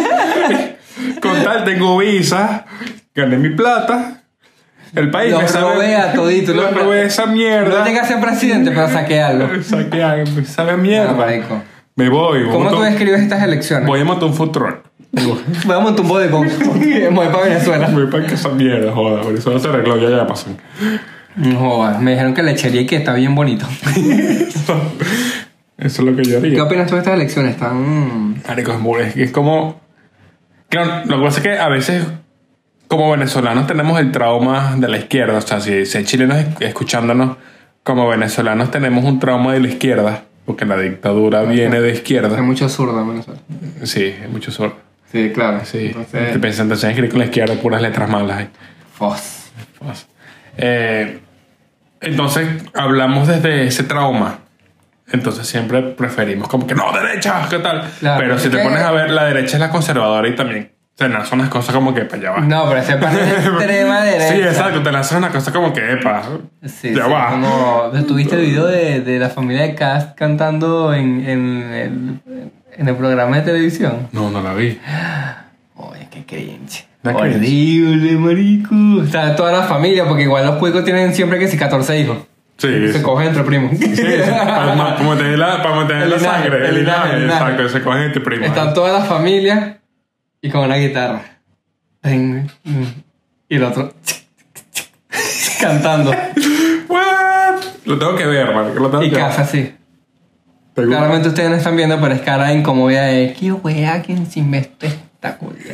S2: con tal, tengo visa. Gané mi plata. El país
S1: Los
S2: me sabe-
S1: robé a todito,
S2: Los
S1: los-
S2: robé esa mierda.
S1: No llegué a ser presidente, pero saqué algo.
S2: Saqué a- me sabe a mierda.
S1: No, marico.
S2: me voy. voy a
S1: ¿Cómo tú
S2: montar-
S1: describes estas elecciones?
S2: Voy a montar un food truck.
S1: Voy a montar un bodegón. Voy para Venezuela.
S2: Voy para que esa mierda, joda. Por eso no se arregló, ya ya pasó.
S1: No jodas, me dijeron que lechería y que está bien bonito.
S2: eso es lo que yo haría.
S1: ¿Qué opinas tú de estas elecciones? Están...
S2: Marico, es muy- es, que es como. Claro, lo que pasa es que a veces, como venezolanos, tenemos el trauma de la izquierda. O sea, si, si hay chilenos es- escuchándonos, como venezolanos, tenemos un trauma de la izquierda, porque la dictadura viene de
S1: Hay
S2: izquierda.
S1: mucho zurdo en Venezuela.
S2: Sí, hay mucho sol.
S1: Sí, claro.
S2: Sí.
S1: Entonces...
S2: Te piensan, entonces escribir con la izquierda, puras letras malas. ahí.
S1: Fos.
S2: Pues, Eh, entonces hablamos desde ese trauma. Entonces siempre preferimos como que no, derecha, ¿qué tal?
S1: Claro,
S2: pero si
S1: es
S2: te
S1: que-
S2: pones a ver, la derecha es la conservadora y también te lanzan las cosas como que para allá va.
S1: No, pero ese pan es extrema derecha.
S2: Sí, exacto, te lanzan una cosa como que epa,
S1: Sí,
S2: ya
S1: sí,
S2: va.
S1: como- ¿Tuviste el video de, de la familia de Cast cantando en, en, el, en el programa de televisión?
S2: No, no la vi.
S1: Oye, qué cringe.
S2: Da cringe.
S1: Horrible, marico. O sea, toda la familia, porque igual los cuicos tienen siempre que si 14 hijos.
S2: Sí.
S1: Se cogen entre primos.
S2: Sí, sí, para, ma- para mantener la, para mantener
S1: El
S2: la
S1: linaje,
S2: sangre, el linaje,
S1: el linaje.
S2: exacto, se coge gente prima.
S1: Están todas las familias y con una guitarra. Ten- Y el otro cantando.
S2: What? Lo tengo que ver, man, lo tengo
S1: Y
S2: que ver.
S1: casa así.
S2: ¿Te gusta?
S1: Claramente ustedes no pues, están viendo, pero es cara de incomodidad de que wea, quien se investe. Está culero.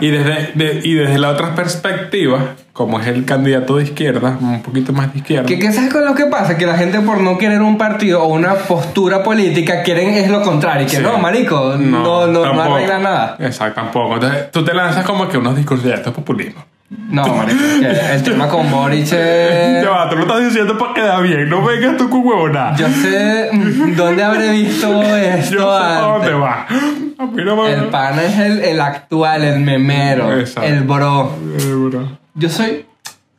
S2: Y desde, de- y desde la otra perspectiva, como es el candidato de izquierda, un poquito más de izquierda.
S1: ¿Qué, ¿Qué sabes con lo que pasa? Que la gente por no querer un partido o una postura política quieren es lo contrario. Que
S2: Sí.
S1: no, marico, no, no, no
S2: tampoco.
S1: arregla nada.
S2: Exacto, tampoco. Entonces, tú te lanzas como que unos discursos de esto es populismo.
S1: No, marico, es que el tema con Boric es-
S2: Ya va, tú lo estás diciendo para quedar bien. No vengas tú con huevonada.
S1: Yo sé mm, dónde habré visto esto
S2: Yo sé para
S1: antes.
S2: dónde va. A mí no me
S1: El pana es el, el actual, el memero,
S2: Exacto.
S1: el bro.
S2: Eh, bro.
S1: Yo soy.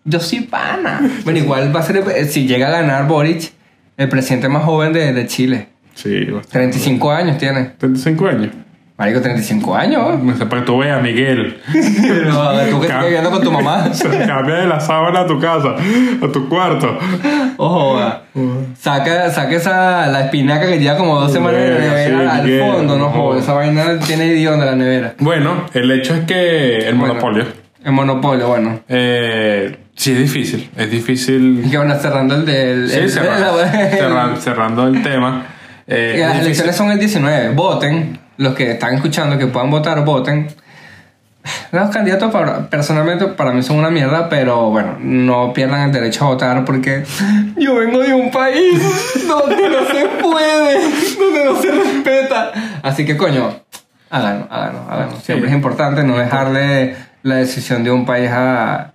S1: Yo soy pana. Bueno, igual va a ser. eh, Si llega a ganar Boric, el presidente más joven de, de Chile.
S2: Sí, bastante.
S1: 35 años tiene.
S2: 35 años.
S1: Marico, 35 años.
S2: No sé, para que tú veas, Miguel.
S1: Pero a ver, tú que estás
S2: Cam-
S1: viviendo con tu mamá.
S2: Se Cambia de la sábana a tu casa, a tu cuarto.
S1: Ojo, va. saca, saca esa la espinaca que lleva como dos semanas en la
S2: Verga,
S1: nevera
S2: sí,
S1: al
S2: Miguel,
S1: fondo, no
S2: ojo.
S1: joder. Esa vaina tiene idioma de la nevera.
S2: Bueno, el hecho es que el
S1: Bueno.
S2: monopolio
S1: El monopolio, bueno.
S2: eh, sí es difícil. Es difícil.
S1: Y que bueno, cerrando el del.
S2: Sí,
S1: el-
S2: cerrando,
S1: el-
S2: cerrando, cerrando el tema. eh,
S1: Que
S2: es
S1: las
S2: difícil.
S1: elecciones son el 19. Voten. Los que están escuchando, que puedan votar, voten. Los candidatos, para- personalmente, para mí son una mierda, pero bueno, no pierdan el derecho a votar porque yo vengo de un país donde no se puede, donde no se respeta. Así que, coño, háganlo, háganlo, háganlo. Siempre
S2: Sí.
S1: es importante no dejarle la decisión de un país a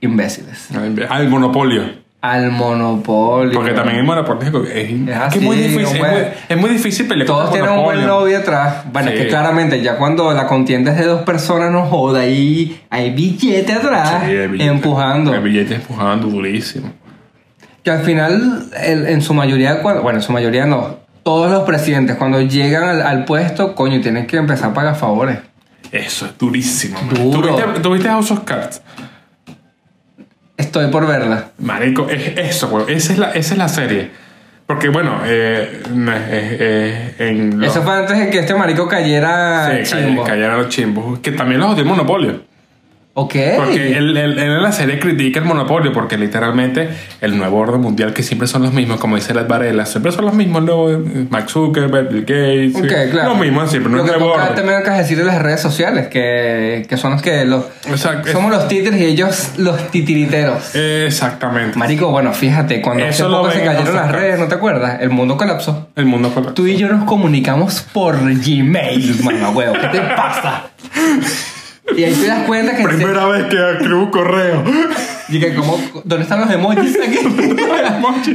S1: imbéciles.
S2: Al monopolio.
S1: Al monopolio.
S2: Porque también el monopolio es, es,
S1: Es
S2: que
S1: así,
S2: es muy difícil.
S1: no
S2: es,
S1: puede-
S2: muy, es muy difícil pelear
S1: Todos
S2: contra el
S1: tienen un buen
S2: monopolio.
S1: lobby detrás. Bueno, es
S2: Sí.
S1: que claramente ya cuando la contienda es de dos personas, no joda, ahí hay billete atrás
S2: Sí, el billete-
S1: empujando.
S2: El billete empujando durísimo.
S1: Que al final, el- en su mayoría, cuando- bueno, en su mayoría no, todos los presidentes cuando llegan al, al puesto, coño, tienen que empezar a pagar favores.
S2: Eso es durísimo. man.
S1: Duro.
S2: ¿Tuviste, ¿Tuviste House of Cards?
S1: Estoy por verla.
S2: Marico, es eso, weón. Esa es la, esa es la serie. Porque, bueno, eh, no, es- es- es en los-
S1: Eso fue antes de que este marico cayera
S2: sí,
S1: chimbo.
S2: call- callar a los chimbos. Que también los jodió el monopolio.
S1: Ok.
S2: Porque él, él- él en la serie critica el monopolio, porque literalmente el nuevo orden mundial, que siempre son los mismos, como dice la Varela, siempre son los mismos, ¿no? Mark Zuckerberg, Bill Gates,
S1: Ok,
S2: sí,
S1: claro.
S2: los mismos, siempre no
S1: Lo
S2: es
S1: que
S2: nuevo
S1: toca este
S2: orden.
S1: también hay que decir de las redes sociales, que, que son los que los...
S2: O sea, es-
S1: Somos los títeres y ellos los titiriteros.
S2: Exactamente.
S1: Marico, bueno, fíjate, cuando hace
S2: Eso lo
S1: poco se
S2: ven en
S1: cayeron
S2: los
S1: las
S2: Oscars.
S1: redes, ¿no te acuerdas? El mundo colapsó.
S2: El mundo colapsó.
S1: Tú y yo nos comunicamos por Gmail, mamá huevo. ¿Qué te pasa? Y ahí te das cuenta que... se-
S2: Primera vez que escribo un correo.
S1: y que como, ¿Dónde están los emojis aquí?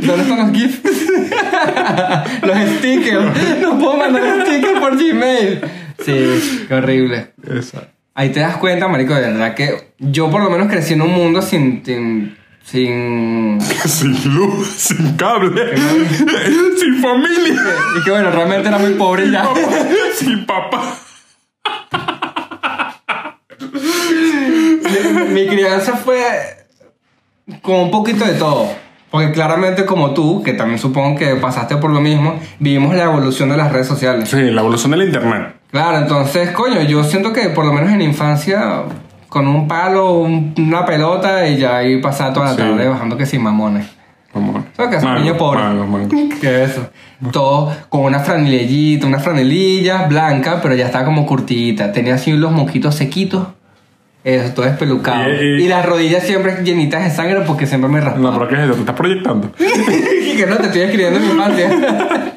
S1: ¿Dónde están los GIFs? los stickers. No puedo mandar stickers por Gmail. Sí, qué horrible.
S2: Exacto.
S1: Ahí te das cuenta, marico, de verdad que yo por lo menos crecí en un mundo sin... sin sin
S2: Sin luz, sin cable, sin familia,
S1: y que bueno, realmente era muy pobre y ya.
S2: sin papá.
S1: mi crianza fue con un poquito de todo. Porque claramente como tú, que también supongo que pasaste por lo mismo, vivimos la evolución de las redes sociales.
S2: Sí, la evolución del internet.
S1: Claro, entonces, coño, yo siento que por lo menos en infancia, con un palo, un- una pelota y ya ahí pasaba toda la
S2: Sí.
S1: tarde bajando que sin mamones.
S2: Vamos.
S1: ¿Sabes qué? Soy
S2: Mango,
S1: niño pobre.
S2: mango, mango.
S1: ¿Qué es eso? Todo con una franelillita, una franelilla blanca, pero ya estaba como curtidita. Tenía así los moquitos sequitos. Eso, todo espelucado.
S2: Y-
S1: Y,
S2: y-
S1: las rodillas siempre llenitas de sangre porque siempre me raspaba.
S2: No, pero ¿qué es eso? ¿Te estás proyectando?
S1: y que no te estoy escribiendo mi infancia.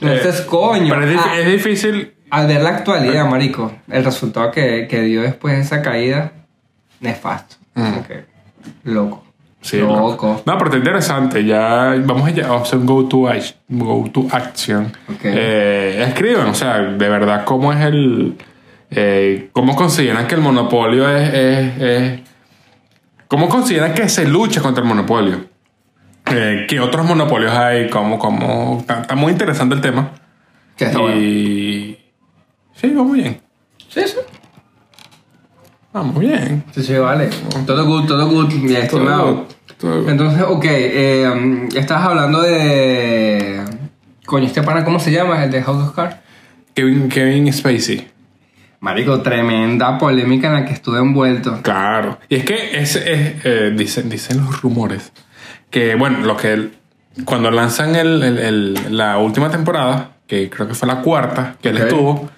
S1: Entonces,
S2: Eh,
S1: coño. Ah.
S2: Pero es, dif-
S1: a-
S2: es difícil.
S1: al ver la actualidad, marico, el resultado que, que dio después de esa caída, nefasto.
S2: Mm.
S1: Ok. Loco.
S2: Sí,
S1: Loco.
S2: No, pero está interesante. Ya vamos a, ya- vamos a hacer un go to, act- go to action.
S1: Ok.
S2: Eh, escriban, o sea, de verdad, cómo es el. eh, ¿Cómo consideran que el monopolio es, es- es- ¿Cómo consideran que se lucha contra el monopolio? Eh, ¿Qué otros monopolios hay? ¿Cómo, cómo? Está, está muy interesante el tema.
S1: Que está
S2: y.
S1: bueno.
S2: Sí, vamos bien.
S1: Sí, sí.
S2: Vamos bien.
S1: Sí, sí, vale. Todo good, todo good, mi estimado.
S2: Todo- todo-
S1: Entonces, ok, eh, estabas hablando de... Coño, este pana, ¿cómo se llama? El de House of Cards.
S2: Kevin, Kevin Spacey.
S1: Marico, tremenda polémica en la que estuve envuelto.
S2: Claro. Y es que es, es, eh, dicen, dicen los rumores que, bueno, lo que cuando lanzan el- el- el- la última temporada, que creo que fue la cuarta que
S1: Ok.
S2: él estuvo,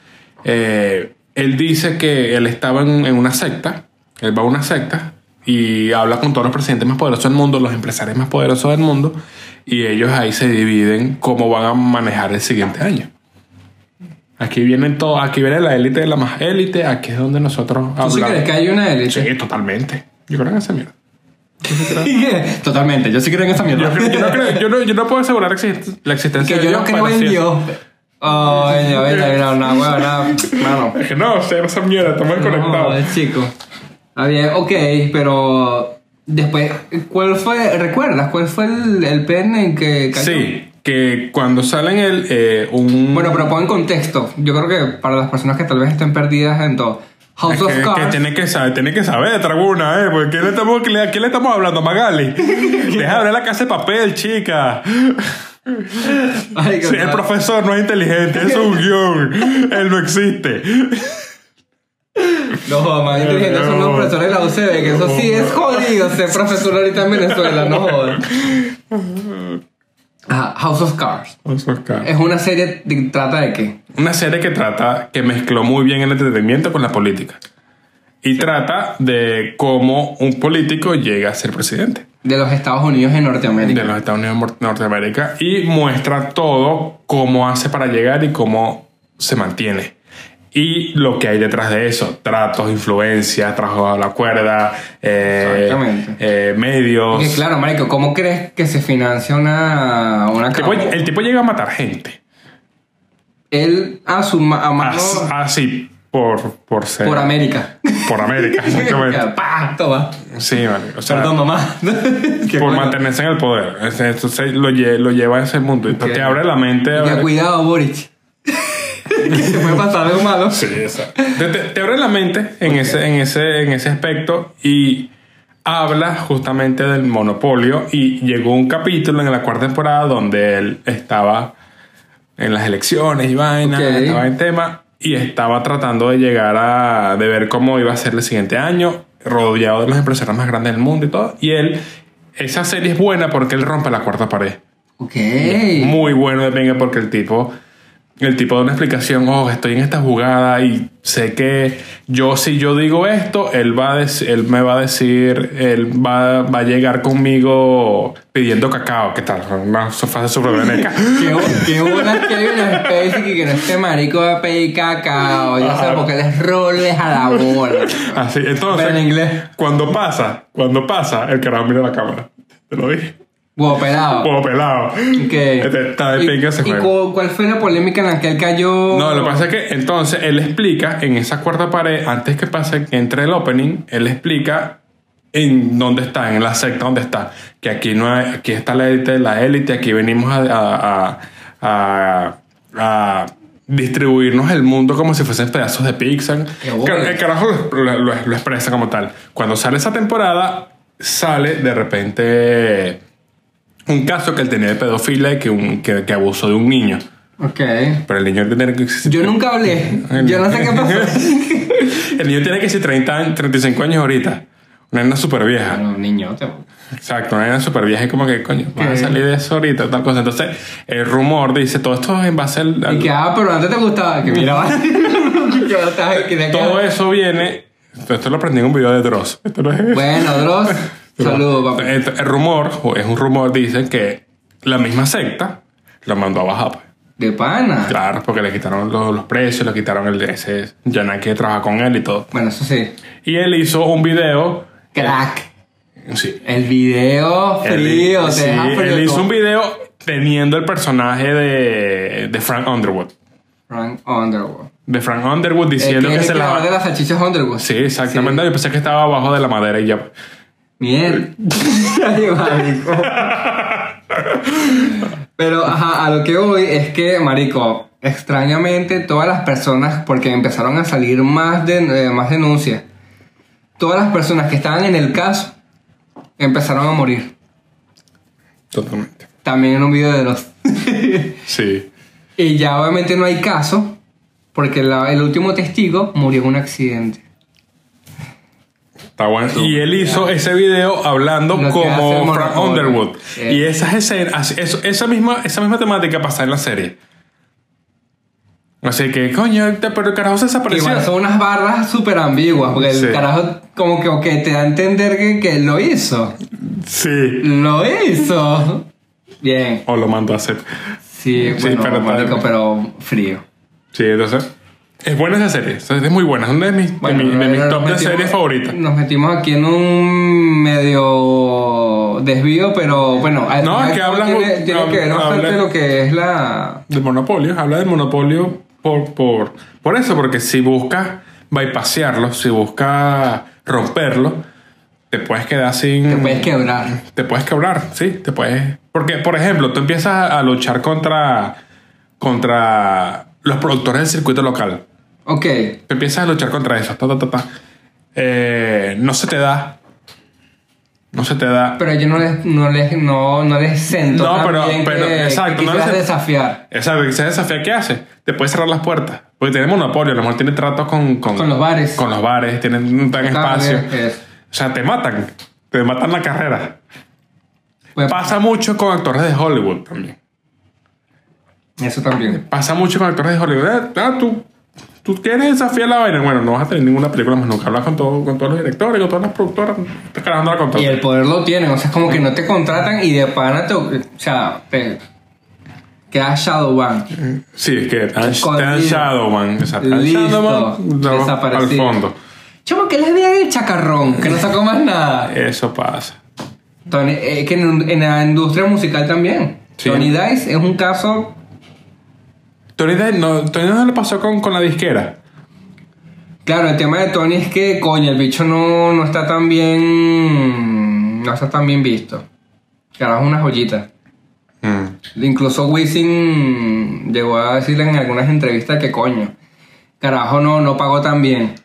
S2: eh, él dice que él estaba en, en una secta, él va a una secta y habla con todos los presidentes más poderosos del mundo, los empresarios más poderosos del mundo, y ellos ahí se dividen cómo van a manejar el siguiente año. Aquí vienen todo, aquí viene la élite de la más élite, aquí es donde nosotros
S1: ¿Tú sí crees que hay una élite?
S2: Sí, totalmente. Yo creo en esa mierda.
S1: Totalmente, yo sí creo en esa mierda.
S2: Yo, creo- yo no, creo- yo no- yo no puedo asegurar exist- la existencia
S1: que
S2: de
S1: yo
S2: Dios.
S1: no creo
S2: pero
S1: en
S2: sí es-
S1: Dios. Ay, ya ves, ya ves, no, no, huevo, no, mano.
S2: Es que no, cero esa mierda, estamos
S1: No,
S2: conectados.
S1: chico. Está bien, ok, pero después, ¿cuál fue, recuerdas, cuál fue el, el pen en que cayó?
S2: Sí, que cuando salen el, eh, un...
S1: Bueno, pero pon en contexto. Yo creo que para las personas que tal vez estén perdidas en todo. House
S2: Es
S1: of
S2: que, que
S1: Cards.
S2: tiene que saber, tiene que saber, Traguna, ¿eh? Porque ¿quién le estamos, que le- ¿a quién le estamos hablando, Magali? Deja de abrir la casa de papel, chica.
S1: Ay,
S2: Sí, el
S1: God.
S2: profesor no es inteligente, es un guión. Él no existe.
S1: No, jodas, inteligente, son los
S2: No.
S1: profesores de la UCB, que eso sí es jodido ser profesor ahorita en Venezuela, no jodas. Ajá, House of Cards. Es una serie de, trata de qué?
S2: Una serie que trata, que mezcló muy bien el entretenimiento con la política. Y trata de cómo un político llega a ser presidente.
S1: De los Estados Unidos en Norteamérica.
S2: de los Estados Unidos Mor- Norteamérica y muestra todo cómo hace para llegar y cómo se mantiene. Y lo que hay detrás de eso, tratos, influencias, trajo a la cuerda, eh,
S1: Exactamente.
S2: eh, medios.
S1: Porque claro, marico, ¿cómo crees que se financia una, una
S2: El tipo-
S1: campaña?
S2: el tipo llega a matar gente.
S1: Él a su ma- a mano
S2: As- Ah, Así, por, por ser.
S1: por América.
S2: Por América, exactamente.
S1: ¡Pah! Toma.
S2: Sí, vale. O sea,
S1: Perdón, mamá. Qué
S2: por
S1: bueno.
S2: mantenerse en el poder. Entonces lo, lle- lo lleva a ese mundo. Y
S1: Ok.
S2: te abre la mente. a
S1: Ya,
S2: ver-
S1: cuidado, Boric. que se puede pasar algo malo.
S2: Sí, esa. Te, te- te abre la mente en, ese, en, ese, en ese aspecto y habla justamente del monopolio y llegó un capítulo en la cuarta temporada donde él estaba en las elecciones y vaina,
S1: Ok.
S2: estaba en tema y estaba tratando de llegar a de ver cómo iba a ser el siguiente año, rodeado de los empresarios más grandes del mundo y todo. Y él, esa serie es buena porque él rompe la cuarta pared
S1: Ok.
S2: muy bueno de pinga porque el tipo el tipo da una explicación oh estoy en esta jugada y sé que yo si yo digo esto él va a dec- él me va a decir él va, va a llegar conmigo pidiendo cacao qué tal una sofá de superveneca
S1: Qué, bu- qué buena que hay unos especies que no este marico va a pedir cacao. Ya sabes, porque les roles a la bola.
S2: así entonces
S1: Pero en inglés.
S2: cuando pasa cuando pasa el carajo mira la cámara te lo dije
S1: Wow, pelado.
S2: como pelado
S1: Okay.
S2: Este está de
S1: Ah. ¿Y-
S2: pinga ese
S1: ¿Y,
S2: juego
S1: cu- cuál fue la polémica en la que él cayó?
S2: No, lo que pasa es que entonces él explica en esa cuarta pared, antes que pase que entre el opening, él explica en dónde está, en la secta donde está. Que aquí no hay- aquí está la élite, de la élite, aquí venimos a, a- a- a- a distribuirnos el mundo como si fuesen pedazos de pizza.
S1: Qué bueno.
S2: El carajo lo, lo- lo- lo expresa como tal. Cuando sale esa temporada, sale de repente un caso que él tenía de pedofilia y que, un- que, que abusó de un niño.
S1: Ok.
S2: Pero el niño tiene que existir.
S1: Yo nunca hablé. Yo no sé qué pasó.
S2: El niño tiene que ser 30, años- 35 años ahorita. Una nena súper vieja.
S1: Bueno, niñote.
S2: Exacto, una nena súper vieja. Es como que, coño, vas
S1: Ok.
S2: a salir de eso ahorita, tal cosa. Entonces, el rumor dice, todo esto es en base al... al-
S1: Y que, ah, pero antes te gustaba. Que mira, que no estaba- que te-
S2: todo eso viene... Esto lo aprendí en un video de Dross. Esto no es-
S1: Bueno, Dross. Saludos, papá.
S2: El, el rumor, o es un rumor, dice que la misma secta lo mandó a bajar. pues.
S1: De pana.
S2: Claro, porque le quitaron los, los precios, le quitaron el ese Yanaki que trabaja con él y todo.
S1: Bueno, eso sí.
S2: Y él hizo un video...
S1: Crack.
S2: Sí,
S1: El video frío.
S2: Él,
S1: te
S2: sí,
S1: deja frío
S2: él hizo
S1: como
S2: un video teniendo el personaje de, de Frank Underwood.
S1: Frank Underwood.
S2: De Frank Underwood
S1: El
S2: diciendo
S1: es
S2: que
S1: el
S2: se
S1: creador
S2: la...
S1: de las salchichas Underwood.
S2: Sí, exactamente. Yo pensé que estaba abajo de la madera y ya...
S1: Bien. Ay, marico. Pero ajá, a lo que voy es que, marico, extrañamente todas las personas, porque empezaron a salir más, de, eh, más denuncias, todas las personas que estaban en el caso empezaron a morir.
S2: Totalmente.
S1: También en un video de los...
S2: Sí.
S1: y ya obviamente no hay caso, porque la- el último testigo murió en un accidente.
S2: Está bueno. Y él hizo ese video hablando
S1: Lo que hace el
S2: como Frank
S1: monopolio.
S2: Underwood.
S1: Eh.
S2: Y esas escenas, eso- esa, misma, esa misma temática pasa en la serie. Así que, coño, te- pero el carajo se desapareció.
S1: Igual son unas barras súper ambiguas, porque
S2: Sí.
S1: el carajo como que ok, te da a entender que, que lo hizo.
S2: Sí.
S1: Lo hizo. Bien.
S2: O lo mandó a hacer.
S1: Sí,
S2: Sí,
S1: bueno,
S2: pero-
S1: marico, pero frío.
S2: Sí, entonces. Es buena esa serie. esa serie Es muy buena. Es una de mis, de mi- de
S1: pero
S2: mis
S1: nos
S2: top de
S1: metimos-
S2: series favoritas.
S1: Nos metimos aquí en un medio desvío, pero bueno, al
S2: No,
S1: final
S2: es que hablas-
S1: tiene, tiene
S2: hab-
S1: que ver bastante
S2: hablas-
S1: lo que es la...
S2: Del monopolio. Habla del monopolio por, por, por eso, porque si buscas bypassearlo, si buscas romperlo, te puedes quedar sin.
S1: Te puedes quebrar.
S2: te puedes quebrar, sí, te puedes. Porque, por ejemplo, tú empiezas a luchar contra, contra los productores del circuito local.
S1: Ok,
S2: Tú empiezas a luchar contra eso. ta, ta, ta, ta. Eh, no se te da. No se te da.
S1: pero yo no les, no les, no, no les sento
S2: No,
S1: tan
S2: pero-
S1: bien
S2: pero,
S1: que,
S2: exacto,
S1: que
S2: no les
S1: quisieras
S2: sento-
S1: desafiar
S2: Exacto, ese desafío que hace, te puede cerrar las puertas. Porque tiene monopolio, a lo mejor tiene tratos con, con,
S1: Con los bares.
S2: Con los bares, tienen un tan espacio.
S1: Es-
S2: O sea, te matan. Te matan la carrera.
S1: pues,
S2: Pasa mucho con actores de Hollywood también.
S1: eso también.
S2: Pasa mucho con actores de Hollywood. Eh, Ah, tú, tú quieres desafiar la vaina. Bueno, no vas a tener ninguna película más nunca. Hablas con, todo, con todos los directores, con todas las productoras. Estás cargando la
S1: Y
S2: contra.
S1: el poder lo tienen, o sea, es como que no te contratan y de pana te... O sea, te quedas Shadowban.
S2: Sí, es que tan, tan
S1: Escondido.
S2: Shadowman. O sea, tan
S1: Listo.
S2: Shadowman no, al
S1: Desaparecido.
S2: fondo.
S1: Chamo, que les había el chacarrón, que no sacó más nada.
S2: Eso pasa.
S1: Tony, es que en, en la industria musical también.
S2: Sí.
S1: Tony Dice es un caso.
S2: Tony Dice no, Tony Dice no le pasó con, con la disquera.
S1: Claro, el tema de Tony es que, coño, el bicho no, no está tan bien. No está tan bien visto. Carajo, una joyita. Incluso Wisin llegó a decirle en algunas entrevistas que, coño, carajo, no, no pagó tan bien.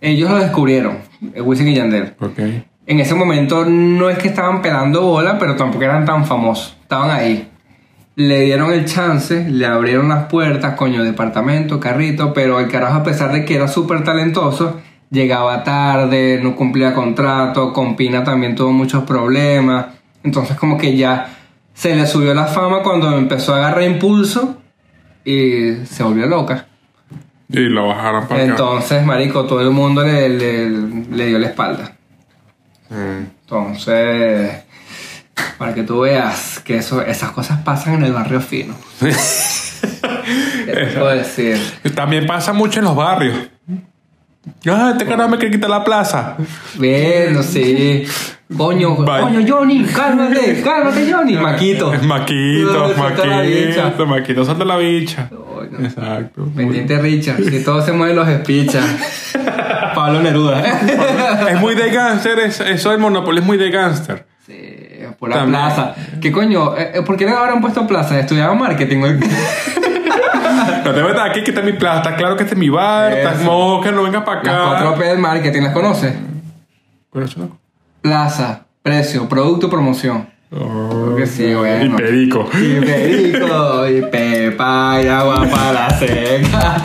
S1: Ellos lo descubrieron, Wisin y Yandel.
S2: Ok.
S1: En ese momento no es que estaban pelando bola, pero tampoco eran tan famosos. Estaban ahí. Le dieron el chance, le abrieron las puertas, coño, departamento, carrito, pero el carajo, a pesar de que era súper talentoso, llegaba tarde, no cumplía contrato, con Pina también tuvo muchos problemas. Entonces como que ya se le subió la fama cuando empezó a agarrar impulso y se volvió loca.
S2: Y lo bajaron para acá.
S1: Entonces, marico, todo el mundo le- le- le dio la espalda.
S2: Mm.
S1: Entonces, para que tú veas que eso, esas cosas pasan en el barrio fino. ¿Qué te puedo decir?
S2: También pasa mucho en los barrios. Ah, este carajo me quiere quitar la plaza.
S1: Bueno, sí. Coño,
S2: Vale.
S1: coño, Johnny, cálmate, cálmate, Johnny. Maquito.
S2: Maquito,
S1: Tú, suelta la bicha.
S2: Maquito, Maquito, suelta la bicha.
S1: Coño.
S2: Exacto.
S1: Pendiente Richard, si todo se mueve los espichas. Pablo Neruda.
S2: Es muy de gánster, es- eso del monopolio es muy de gánster.
S1: Sí, pura
S2: También.
S1: plaza. ¿Qué coño? Eh, eh, ¿Por qué no habrán puesto plaza? Estudiaba marketing.
S2: No te metas aquí, que está mi plaza. Está claro que este es mi bar,
S1: Eso.
S2: estás mosca, no vengas para
S1: Las cuatro
S2: acá.
S1: P del marketing, ¿las conoces?
S2: Bueno, eso no.
S1: Plaza, precio, producto, promoción. Creo que sí,
S2: Y
S1: bueno.
S2: perico.
S1: Y perico, y pepa, y agua para seca.